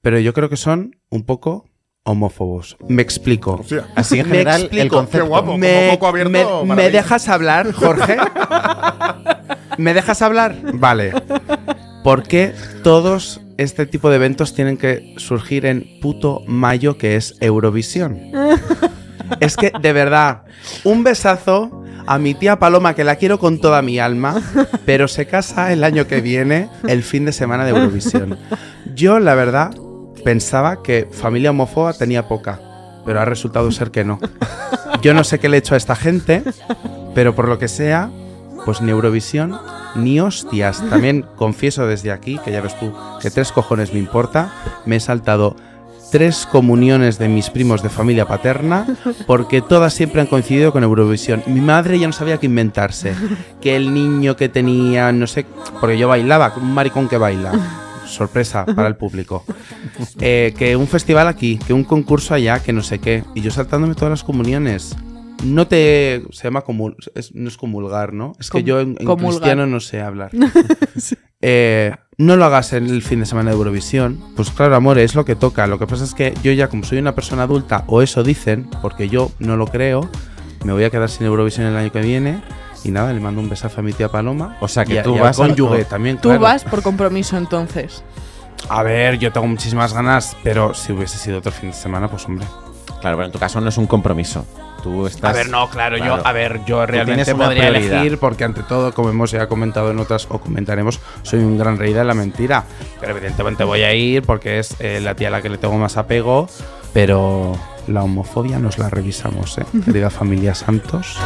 Speaker 2: pero yo creo que son un poco homófobos. Me explico.
Speaker 4: Hostia.
Speaker 1: Así en
Speaker 2: Me
Speaker 1: general el
Speaker 2: explico.
Speaker 1: concepto.
Speaker 4: Qué guapo. como coco abierto,
Speaker 2: me-
Speaker 4: maravilla.
Speaker 2: ¿me dejas hablar, Jorge? ¿Me dejas hablar? Vale. ¿Por qué todos este tipo de eventos tienen que surgir en puto mayo que es Eurovisión? Es que, de verdad, un besazo a mi tía Paloma, que la quiero con toda mi alma, pero se casa el año que viene, el fin de semana de Eurovisión. Yo, la verdad, pensaba que familia homófoba tenía poca, pero ha resultado ser que no. Yo no sé qué le he hecho a esta gente, pero por lo que sea, pues ni Eurovisión ni hostias. También confieso desde aquí, que ya ves tú, que tres cojones me importa, me he saltado tres comuniones de mis primos de familia paterna porque todas siempre han coincidido con Eurovisión. Mi madre ya no sabía qué inventarse. Que el niño que tenía, no sé, porque yo bailaba, un maricón que baila. Sorpresa para el público. Eh, que un festival aquí, que un concurso allá, que no sé qué. Y yo saltándome todas las comuniones. No te. Se llama comul. es- no es comulgar, ¿no? Es que
Speaker 3: Com-
Speaker 2: yo en, en
Speaker 3: comulgar.
Speaker 2: cristiano no sé hablar. Eh, no lo hagas en el fin de semana de Eurovisión. Pues claro, amor, es lo que toca. Lo que pasa es que yo ya, como soy una persona adulta, o eso dicen, porque yo no lo creo, me voy a quedar sin Eurovisión el año que viene. Y nada, le mando un besazo a mi tía Paloma.
Speaker 1: O sea, que
Speaker 2: Y a-
Speaker 1: tú
Speaker 2: y al
Speaker 1: vas a-
Speaker 2: cónyuge también,
Speaker 3: Tú
Speaker 2: claro.
Speaker 3: vas por compromiso entonces.
Speaker 2: A ver, yo tengo muchísimas ganas, pero si hubiese sido otro fin de semana, pues hombre.
Speaker 1: Claro, pero en tu caso no es un compromiso. Tú estás.
Speaker 2: A ver, no, claro,
Speaker 1: claro.
Speaker 2: yo, a ver, yo
Speaker 1: tienes
Speaker 2: realmente
Speaker 1: una
Speaker 2: podría
Speaker 1: prioridad.
Speaker 2: elegir, porque ante todo, como hemos ya comentado en otras o comentaremos, soy un gran rey de la mentira. Pero evidentemente voy a ir porque es eh, la tía a la que le tengo más apego, pero la homofobia nos la revisamos, ¿eh? Querida familia Santos.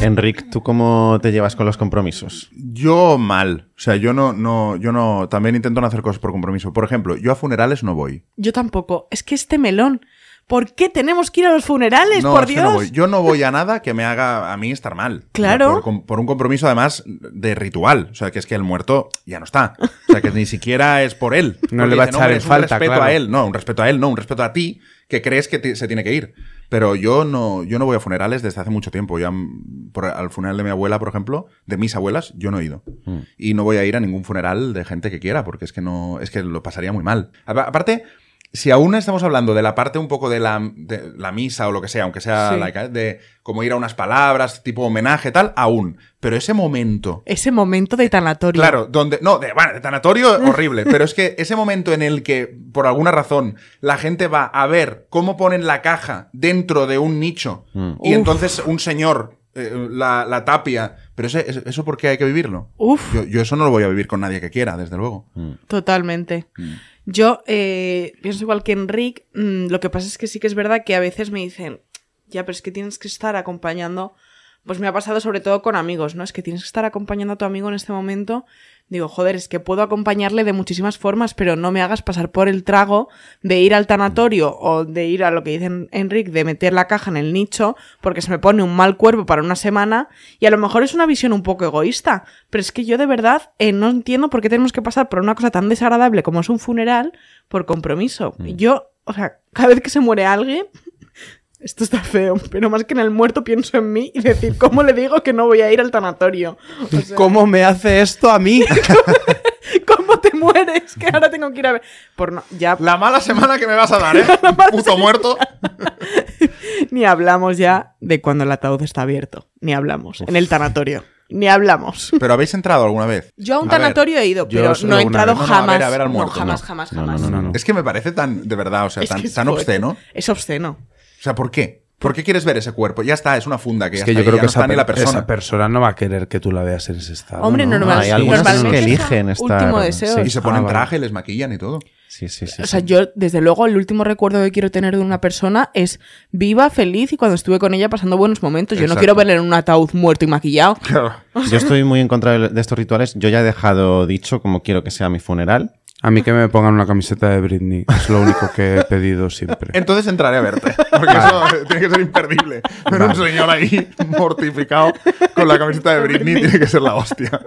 Speaker 1: Enric, ¿tú cómo te llevas con los compromisos?
Speaker 4: Yo mal. O sea, yo no, no, yo no. También intento no hacer cosas por compromiso. Por ejemplo, yo a funerales no voy.
Speaker 3: Yo tampoco. Es que este melón. ¿Por qué tenemos que ir a los funerales?
Speaker 4: No,
Speaker 3: por
Speaker 4: es que
Speaker 3: Dios.
Speaker 4: no voy. Yo no voy a nada que me haga a mí estar mal.
Speaker 3: Claro.
Speaker 4: Por, com- por un compromiso, además, de ritual. O sea, que es que el muerto ya no está. O sea, que ni siquiera es por él.
Speaker 2: No
Speaker 4: Porque
Speaker 2: le va a
Speaker 4: dice,
Speaker 2: echar
Speaker 4: hombre,
Speaker 2: en
Speaker 4: es un
Speaker 2: falta,
Speaker 4: respeto
Speaker 2: claro.
Speaker 4: a él. No, un respeto a él, no, un respeto a ti, que crees que ti- se tiene que ir. Pero yo no, yo no voy a funerales desde hace mucho tiempo. Ya, mm, por- al funeral de mi abuela, por ejemplo, de mis abuelas, yo no he ido. Y no voy a ir a ningún funeral de gente que quiera, porque es que no, es que lo pasaría muy mal. A- Aparte, si aún estamos hablando de la parte un poco de la, de la misa o lo que sea, aunque sea
Speaker 3: Sí.
Speaker 4: laica, de como ir a unas palabras, tipo homenaje, tal, aún. Pero ese momento
Speaker 3: Ese momento de tanatorio.
Speaker 4: Claro, donde. No, de, bueno, de tanatorio horrible. pero es que ese momento en el que, por alguna razón, la gente va a ver cómo ponen la caja dentro de un nicho. Y
Speaker 3: Uf.
Speaker 4: entonces un señor. eh, la, la tapia, pero ese- eso, eso por qué hay que vivirlo.
Speaker 3: Uf.
Speaker 4: Yo, yo eso no lo voy a vivir con nadie que quiera, desde luego.
Speaker 3: Totalmente.
Speaker 2: Mm.
Speaker 3: Yo eh, pienso igual que Enric. mm, lo que pasa es que sí que es verdad que a veces me dicen, ya, pero es que tienes que estar acompañando. Pues me ha pasado sobre todo con amigos, ¿no? Es que tienes que estar acompañando a tu amigo en este momento. Digo, joder, es que puedo acompañarle de muchísimas formas, pero no me hagas pasar por el trago de ir al tanatorio o de ir a lo que dice Enric, de meter la caja en el nicho, porque se me pone un mal cuerpo para una semana. Y a lo mejor es una visión un poco egoísta, pero es que yo de verdad eh, no entiendo por qué tenemos que pasar por una cosa tan desagradable como es un funeral por compromiso. Yo, o sea, cada vez que se muere alguien, esto está feo, pero más que en el muerto pienso en mí y decir, ¿cómo le digo que no voy a ir al tanatorio? O sea,
Speaker 2: ¿Cómo me hace esto a mí?
Speaker 3: ¿Cómo te mueres? Que ahora tengo que ir a ver. Por no, ya
Speaker 4: La mala semana que me vas a dar, ¿eh? Puto muerto.
Speaker 3: ni hablamos ya de cuando el ataúd está abierto. Ni hablamos. En el tanatorio. Ni hablamos.
Speaker 4: Pero habéis entrado alguna vez.
Speaker 3: Yo a un
Speaker 4: A ver,
Speaker 3: tanatorio he ido,
Speaker 2: yo
Speaker 3: pero
Speaker 2: solo
Speaker 3: no he
Speaker 2: una
Speaker 3: entrado
Speaker 4: vez. No, no, a
Speaker 3: jamás.
Speaker 4: ver, a ver al muerto,
Speaker 3: no, jamás,
Speaker 4: no.
Speaker 3: jamás,
Speaker 1: No, no,
Speaker 3: jamás.
Speaker 1: no, no, no.
Speaker 4: Es que me parece tan, de verdad, o sea,
Speaker 3: Es
Speaker 4: tan,
Speaker 3: que es
Speaker 4: tan
Speaker 3: fuerte.
Speaker 4: obsceno.
Speaker 3: Es obsceno.
Speaker 4: O sea, ¿por qué? ¿Por qué quieres ver ese cuerpo? Ya está, es una funda que
Speaker 2: Es
Speaker 4: ya
Speaker 2: que
Speaker 4: está
Speaker 2: yo
Speaker 4: ahí,
Speaker 2: creo
Speaker 4: ya
Speaker 2: que
Speaker 4: no está
Speaker 2: esa,
Speaker 4: ni la
Speaker 2: per-
Speaker 4: persona.
Speaker 2: esa persona no va a querer que tú la veas en ese estado.
Speaker 3: Hombre,
Speaker 2: ¿no?
Speaker 3: normal-
Speaker 1: Hay algunas
Speaker 3: normalmente
Speaker 1: que
Speaker 3: es
Speaker 1: eligen estar-
Speaker 3: último deseo.
Speaker 1: sí.
Speaker 4: y se ponen
Speaker 2: Ah, vale.
Speaker 4: traje, les maquillan y todo.
Speaker 1: Sí, sí, sí.
Speaker 3: O sea,
Speaker 1: sí.
Speaker 3: yo, desde luego, el último recuerdo que quiero tener de una persona es viva, feliz y cuando estuve con ella pasando buenos momentos. Yo
Speaker 4: Exacto.
Speaker 3: no quiero verla en un ataúd muerto y maquillado.
Speaker 1: Yo estoy muy en contra de de estos rituales. Yo ya he dejado dicho como quiero que sea mi funeral.
Speaker 2: A mí que me pongan una camiseta de Britney. Es lo único que he pedido siempre.
Speaker 4: Entonces entraré a verte. Porque eso tiene que ser imperdible. Ver un señor ahí mortificado con la camiseta de Britney tiene que ser la hostia.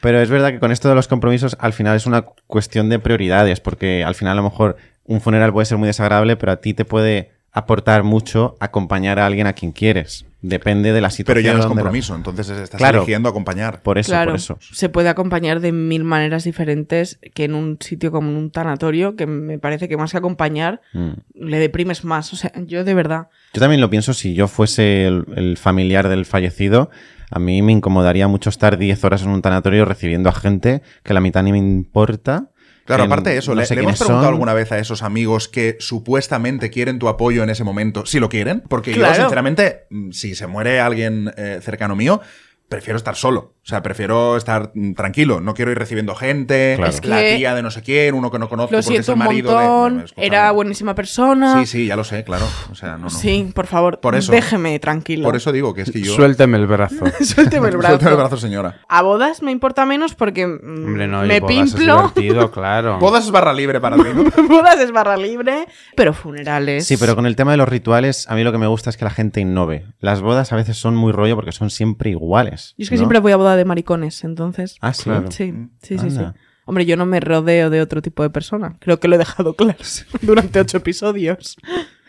Speaker 1: Pero es verdad que con esto de los compromisos al final es una cuestión de prioridades, porque al final a lo mejor un funeral puede ser muy desagradable, pero a ti te puede aportar mucho acompañar a alguien a quien quieres. Depende de la
Speaker 4: Pero
Speaker 1: situación.
Speaker 4: ya no es
Speaker 1: de la-
Speaker 4: compromiso, entonces estás
Speaker 1: Claro.
Speaker 4: eligiendo acompañar.
Speaker 1: Por eso,
Speaker 3: claro,
Speaker 1: por eso.
Speaker 3: se puede acompañar de mil maneras diferentes que en un sitio como en un tanatorio, que me parece que más que acompañar,
Speaker 1: Mm.
Speaker 3: le deprimes más. O sea, yo de verdad.
Speaker 1: Yo también lo pienso, si yo fuese el, el familiar del fallecido, a mí me incomodaría mucho estar 10 horas en un tanatorio recibiendo a gente que la mitad ni me importa.
Speaker 4: Claro,
Speaker 1: que
Speaker 4: aparte de eso,
Speaker 1: no
Speaker 4: ¿le,
Speaker 1: sé
Speaker 4: le
Speaker 1: quiénes
Speaker 4: hemos preguntado
Speaker 1: son.
Speaker 4: alguna vez a esos amigos que supuestamente quieren tu apoyo en ese momento? Si lo quieren, porque
Speaker 3: Claro.
Speaker 4: yo, sinceramente, mm, si se muere alguien eh, cercano mío, prefiero estar solo. O sea, prefiero estar mm, tranquilo. No quiero ir recibiendo gente,
Speaker 1: Claro.
Speaker 3: Es
Speaker 4: la
Speaker 3: que-
Speaker 4: tía de no sé quién, uno que no conozco
Speaker 3: Lo
Speaker 4: porque es
Speaker 3: siento
Speaker 4: el
Speaker 3: un
Speaker 4: marido de-
Speaker 3: montón,
Speaker 4: Bueno, escúchame.
Speaker 3: era buenísima persona.
Speaker 4: Sí, sí, ya lo sé, claro. O sea, no, no.
Speaker 3: Sí, por favor,
Speaker 4: Por eso.
Speaker 3: déjeme tranquilo.
Speaker 4: Por eso digo que es que yo.
Speaker 2: Suéltame el brazo.
Speaker 3: Suélteme el brazo.
Speaker 4: Suéltame el brazo, señora.
Speaker 3: A bodas me importa menos porque mm,
Speaker 2: Hombre, no, y
Speaker 3: me
Speaker 2: bodas es
Speaker 3: pimplo.
Speaker 2: divertido, claro.
Speaker 4: Bodas es barra libre para ti, ¿no?
Speaker 3: bodas es barra libre, pero funerales.
Speaker 1: Sí, pero con el tema de los rituales, a mí lo que me gusta es que la gente innove. Las bodas a veces son muy rollo porque son siempre iguales.
Speaker 3: Yo es que
Speaker 1: ¿no?
Speaker 3: siempre voy a boda de maricones, entonces.
Speaker 1: Ah, sí.
Speaker 2: Claro.
Speaker 3: Sí, sí, sí, sí.
Speaker 1: Anda.
Speaker 3: Hombre, yo no me rodeo de otro tipo de persona. Creo que lo he dejado claro durante ocho episodios.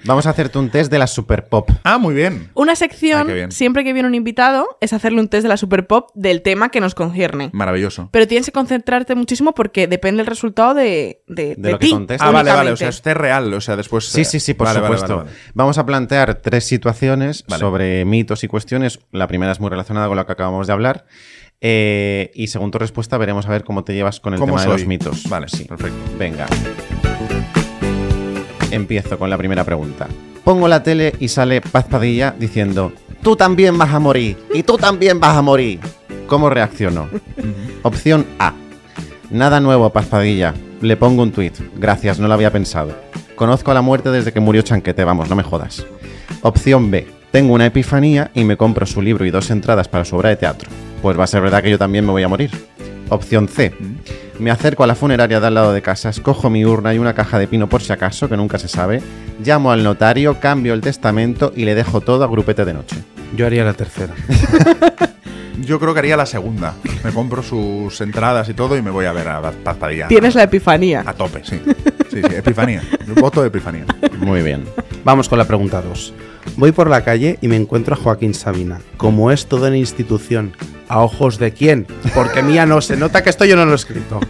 Speaker 1: Vamos a hacerte un test de la super pop.
Speaker 4: Ah, muy bien.
Speaker 3: Una
Speaker 4: Ah,
Speaker 3: sección,
Speaker 4: qué bien.
Speaker 3: siempre que viene un invitado, es hacerle un test de la super pop del tema que nos concierne.
Speaker 4: Maravilloso.
Speaker 3: Pero tienes que concentrarte muchísimo porque depende el resultado de, de,
Speaker 1: De lo que
Speaker 3: ti.
Speaker 1: contestes.
Speaker 4: Ah, vale, vale.
Speaker 3: únicamente.
Speaker 4: O sea, este es real. O sea, después.
Speaker 1: Sí, sí, sí, por
Speaker 4: Vale, vale,
Speaker 1: supuesto.
Speaker 4: vale, vale.
Speaker 1: Vamos a plantear tres situaciones
Speaker 4: Vale.
Speaker 1: sobre mitos y cuestiones. La primera es muy relacionada con la que acabamos de hablar. Eh, y según tu respuesta, veremos a ver cómo te llevas con el
Speaker 4: ¿Cómo
Speaker 1: tema de
Speaker 4: soy?
Speaker 1: los mitos.
Speaker 4: Vale, perfecto.
Speaker 1: Venga. Empiezo con la primera pregunta. Pongo la tele y sale Paz Padilla diciendo: Tú también vas a morir, y tú también vas a morir. ¿Cómo reacciono? Opción A. Nada nuevo, Paz Padilla. Le pongo un tuit. Gracias, no lo había pensado. Conozco a la muerte desde que murió Chanquete, vamos, no me jodas. Opción B. Tengo una epifanía y me compro su libro y dos entradas para su obra de teatro. Pues va a ser verdad que yo también me voy a morir. Opción C. Me acerco a la funeraria de al lado de casa, escojo mi urna y una caja de pino por si acaso, que nunca se sabe, llamo al notario, cambio el testamento y le dejo todo a grupete de noche.
Speaker 2: Yo haría la tercera.
Speaker 4: Yo creo que haría la segunda. Me compro sus entradas y todo y me voy a ver a Paz Padilla.
Speaker 3: Tienes la epifanía.
Speaker 4: A tope, sí. Sí, sí. Epifanía. Voto de Epifanía.
Speaker 1: Muy bien.
Speaker 2: Vamos con la pregunta 2. Voy por la calle y me encuentro a Joaquín Sabina. Como es toda una institución, ¿a ojos de quién? Porque mía no, se nota que esto yo no lo he escrito.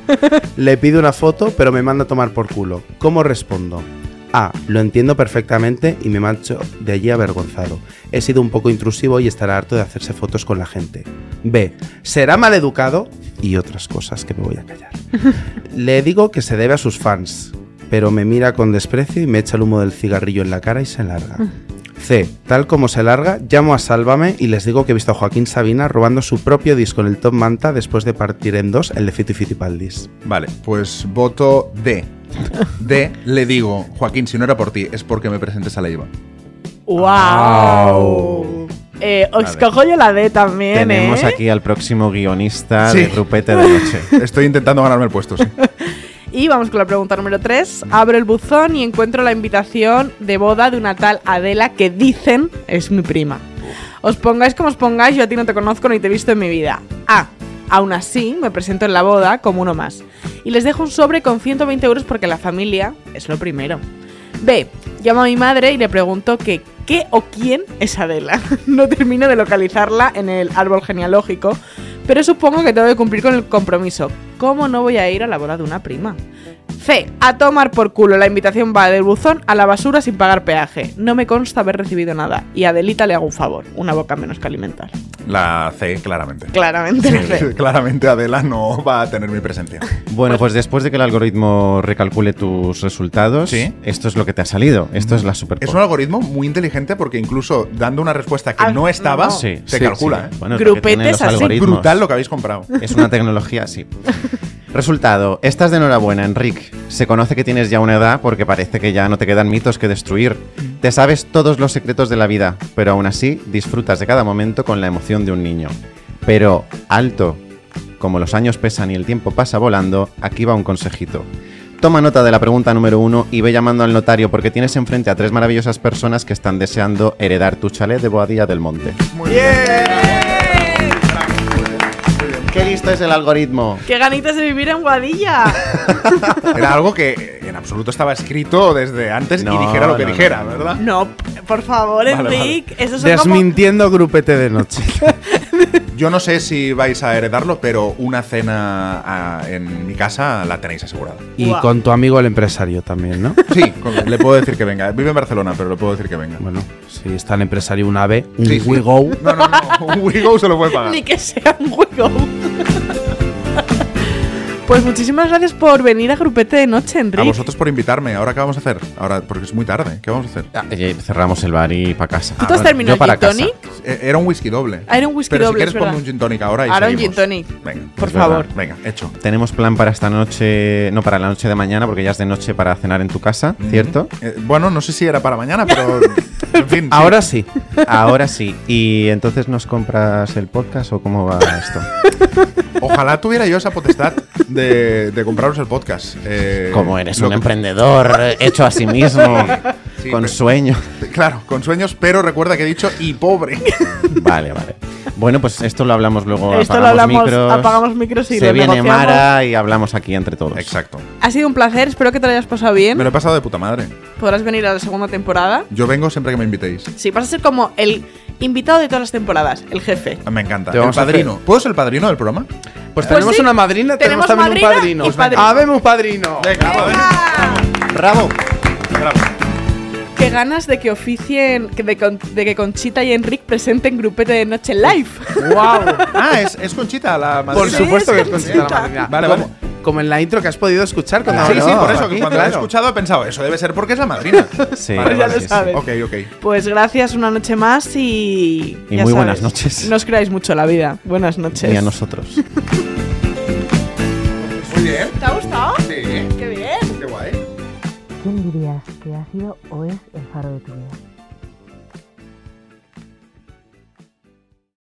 Speaker 2: Le pido una foto, pero me manda a tomar por culo. ¿Cómo respondo? A. Lo entiendo perfectamente y me marcho de allí avergonzado. He sido un poco intrusivo y estará harto de hacerse fotos con la gente. B. Será maleducado y otras cosas que me voy a callar. Le digo que se debe a sus fans, pero me mira con desprecio y me echa el humo del cigarrillo en la cara y se larga.
Speaker 3: Mm.
Speaker 2: C. Tal como se larga, llamo a Sálvame y les digo que he visto a Joaquín Sabina robando su propio disco en el Top Manta después de partir en dos el de Fito y Fitipaldis.
Speaker 4: Vale, pues voto D. D, le digo, Joaquín, si no era por ti, es porque me presentes a la IVA.
Speaker 3: ¡Wow! Eh, os cojo yo la D también,
Speaker 1: Ah. Tenemos
Speaker 3: ¿eh?
Speaker 1: aquí al próximo guionista
Speaker 4: Sí.
Speaker 1: de Rupete de Noche.
Speaker 4: Estoy intentando ganarme el puesto. sí.
Speaker 3: Y vamos con la pregunta número 3. Abro el buzón y encuentro la invitación de boda de una tal Adela que dicen es mi prima. Os pongáis como os pongáis, yo a ti no te conozco ni te he visto en mi vida. A. Aún así, me presento en la boda como uno más. Y les dejo un sobre con 120 euros porque la familia es lo primero. B. Llamo a mi madre y le pregunto que qué o quién es Adela. No termino de localizarla en el árbol genealógico, pero supongo que tengo que cumplir con el compromiso. ¿Cómo no voy a ir a la boda de una prima? C. A tomar por culo. La invitación va del buzón a la basura sin pagar peaje. No me consta haber recibido nada. Y a Adelita le hago un favor. Una boca menos que alimentar.
Speaker 4: La C, claramente.
Speaker 3: Claramente la C.
Speaker 4: Claramente Adela no va a tener mi presencia.
Speaker 1: Bueno, pues después de que el algoritmo recalcule tus resultados,
Speaker 4: Sí.
Speaker 1: esto es lo que te ha salido. Esto es la super.
Speaker 4: Es
Speaker 3: Oh.
Speaker 4: un algoritmo muy inteligente porque incluso dando una respuesta que
Speaker 3: Ah,
Speaker 4: no estaba,
Speaker 3: no.
Speaker 1: Sí,
Speaker 4: te
Speaker 1: sí,
Speaker 4: calcula.
Speaker 1: sí.
Speaker 4: ¿eh?
Speaker 1: Bueno, es lo que tienen
Speaker 3: Grupetes
Speaker 1: los
Speaker 3: así.
Speaker 1: algoritmos.
Speaker 4: Brutal lo que habéis comprado.
Speaker 1: Es una tecnología, sí. Resultado, estás de enhorabuena, Enric. Se conoce que tienes ya una edad porque parece que ya no te quedan mitos que destruir. Te sabes todos los secretos de la vida, pero aún así disfrutas de cada momento con la emoción de un niño. Pero, alto, como los años pesan y el tiempo pasa volando, aquí va un consejito. Toma nota de la pregunta número uno y ve llamando al notario porque tienes enfrente a tres maravillosas personas que están deseando heredar tu chalet de Boadilla del Monte.
Speaker 4: Muy bien.
Speaker 1: ¡Qué listo es el algoritmo!
Speaker 3: ¡Qué ganitas de vivir en Guadilla!
Speaker 4: Era algo que en absoluto estaba escrito desde antes y
Speaker 1: No,
Speaker 4: dijera lo que
Speaker 1: no,
Speaker 4: dijera,
Speaker 1: no, no,
Speaker 4: ¿verdad?
Speaker 3: no, p- por favor,
Speaker 4: Vale, vale.
Speaker 3: Enric. Esos son como-
Speaker 2: Desmintiendo grupete de noche.
Speaker 4: Yo no sé si vais a heredarlo, pero una cena ah, en mi casa la tenéis asegurada.
Speaker 2: y
Speaker 3: Guau.
Speaker 2: con tu amigo el empresario también, ¿no?
Speaker 4: Sí, con- le puedo decir que venga. Vive en Barcelona, pero le puedo decir que venga.
Speaker 2: Bueno, si está el empresario una B, un
Speaker 4: Sí, sí.
Speaker 2: we go.
Speaker 4: No, no, no. Un Wigo se lo puede pagar.
Speaker 3: Ni que sea un juego. pues muchísimas gracias por venir a Grupete de Noche, Enric.
Speaker 4: A vosotros por invitarme. ¿Ahora qué vamos a hacer? Ahora, porque es muy tarde. ¿Qué vamos a hacer?
Speaker 1: Ah, eh, Cerramos el bar y para casa. Ah,
Speaker 3: ¿Tú te has terminado
Speaker 1: Yo para
Speaker 3: el gin tonic?
Speaker 1: casa.
Speaker 4: Eh, Era un whisky doble.
Speaker 3: Ah, era un whisky
Speaker 4: Pero
Speaker 3: doble,
Speaker 4: si quieres
Speaker 3: es verdad.
Speaker 4: ponme un gin tonic ahora y
Speaker 3: Ahora un
Speaker 4: seguimos.
Speaker 3: gin tonic.
Speaker 4: Venga.
Speaker 3: Por
Speaker 1: Es verdad.
Speaker 3: favor.
Speaker 4: Venga, hecho.
Speaker 1: Tenemos plan para esta noche, no para la noche de mañana, porque ya es de noche para cenar en tu casa, ¿cierto?
Speaker 4: Eh, bueno, no sé si era para mañana, pero. en fin. sí.
Speaker 2: Ahora sí.
Speaker 1: Ahora sí. ¿Y entonces nos compras el podcast o cómo va esto?
Speaker 4: Ojalá tuviera yo esa potestad de, de compraros el podcast. Eh,
Speaker 1: Como eres
Speaker 4: lo
Speaker 1: un
Speaker 4: que-
Speaker 1: emprendedor eh, hecho a sí mismo,
Speaker 4: Sí,
Speaker 1: con
Speaker 4: pero-
Speaker 1: sueño.
Speaker 4: Claro, con sueños, pero recuerda que he dicho y pobre.
Speaker 1: Vale, vale. Bueno, pues esto lo hablamos luego.
Speaker 3: Esto lo
Speaker 1: apagamos
Speaker 3: hablamos,
Speaker 1: micros,
Speaker 3: apagamos micros y
Speaker 1: Se
Speaker 3: lo
Speaker 1: viene
Speaker 3: negociamos.
Speaker 1: Mara y hablamos aquí entre todos.
Speaker 4: Exacto.
Speaker 3: Ha sido un placer, espero que te lo hayas pasado
Speaker 4: Me
Speaker 3: bien.
Speaker 4: lo he pasado de puta madre.
Speaker 3: Podrás venir a la segunda temporada.
Speaker 4: Yo vengo siempre que me invitéis.
Speaker 3: Sí, vas a ser como el invitado de todas las temporadas, el jefe.
Speaker 4: Me encanta.
Speaker 2: Te
Speaker 4: El
Speaker 2: vamos a
Speaker 4: padrino. ¿Puedo ser el padrino del programa?
Speaker 2: Pues
Speaker 3: Pues
Speaker 2: tenemos
Speaker 3: sí,
Speaker 2: una madrina,
Speaker 3: tenemos
Speaker 2: tenemos, también un
Speaker 3: madrina
Speaker 2: padrino. Pues
Speaker 3: y padrino.
Speaker 2: Habemos un padrino.
Speaker 4: Venga,
Speaker 1: ¡Bravo!
Speaker 3: Qué ganas de que oficien, que de, con- de que Conchita y Enric presenten grupete de noche live.
Speaker 2: ¡Wow!
Speaker 4: Ah, es, es Conchita la madrina.
Speaker 2: Por
Speaker 3: Sí,
Speaker 2: supuesto que
Speaker 3: es
Speaker 2: es Conchita la
Speaker 3: Conchita.
Speaker 2: madrina.
Speaker 4: Vale,
Speaker 2: como,
Speaker 4: vale.
Speaker 2: como en la intro que has podido escuchar. cuando
Speaker 4: Sí, sí,
Speaker 2: hablamos
Speaker 4: por eso, que
Speaker 2: aquí,
Speaker 4: cuando
Speaker 2: claro.
Speaker 4: lo he escuchado he pensado, eso debe ser porque es la madrina.
Speaker 1: Sí,
Speaker 4: Vale,
Speaker 3: ya
Speaker 4: vale,
Speaker 3: lo
Speaker 1: sí, sí.
Speaker 3: sabes.
Speaker 4: Ok, ok.
Speaker 3: Pues gracias una noche más
Speaker 1: Y
Speaker 3: y. ya
Speaker 1: muy
Speaker 3: sabes,
Speaker 1: buenas noches.
Speaker 3: No os creáis mucho la vida. Buenas noches.
Speaker 1: Y a nosotros.
Speaker 4: Muy bien.
Speaker 3: ¿Te ha gustado?
Speaker 4: Sí,
Speaker 3: ¡Qué bien!
Speaker 4: qué guay.
Speaker 5: ¿Quién dirías que ha sido o es el faro de tu vida?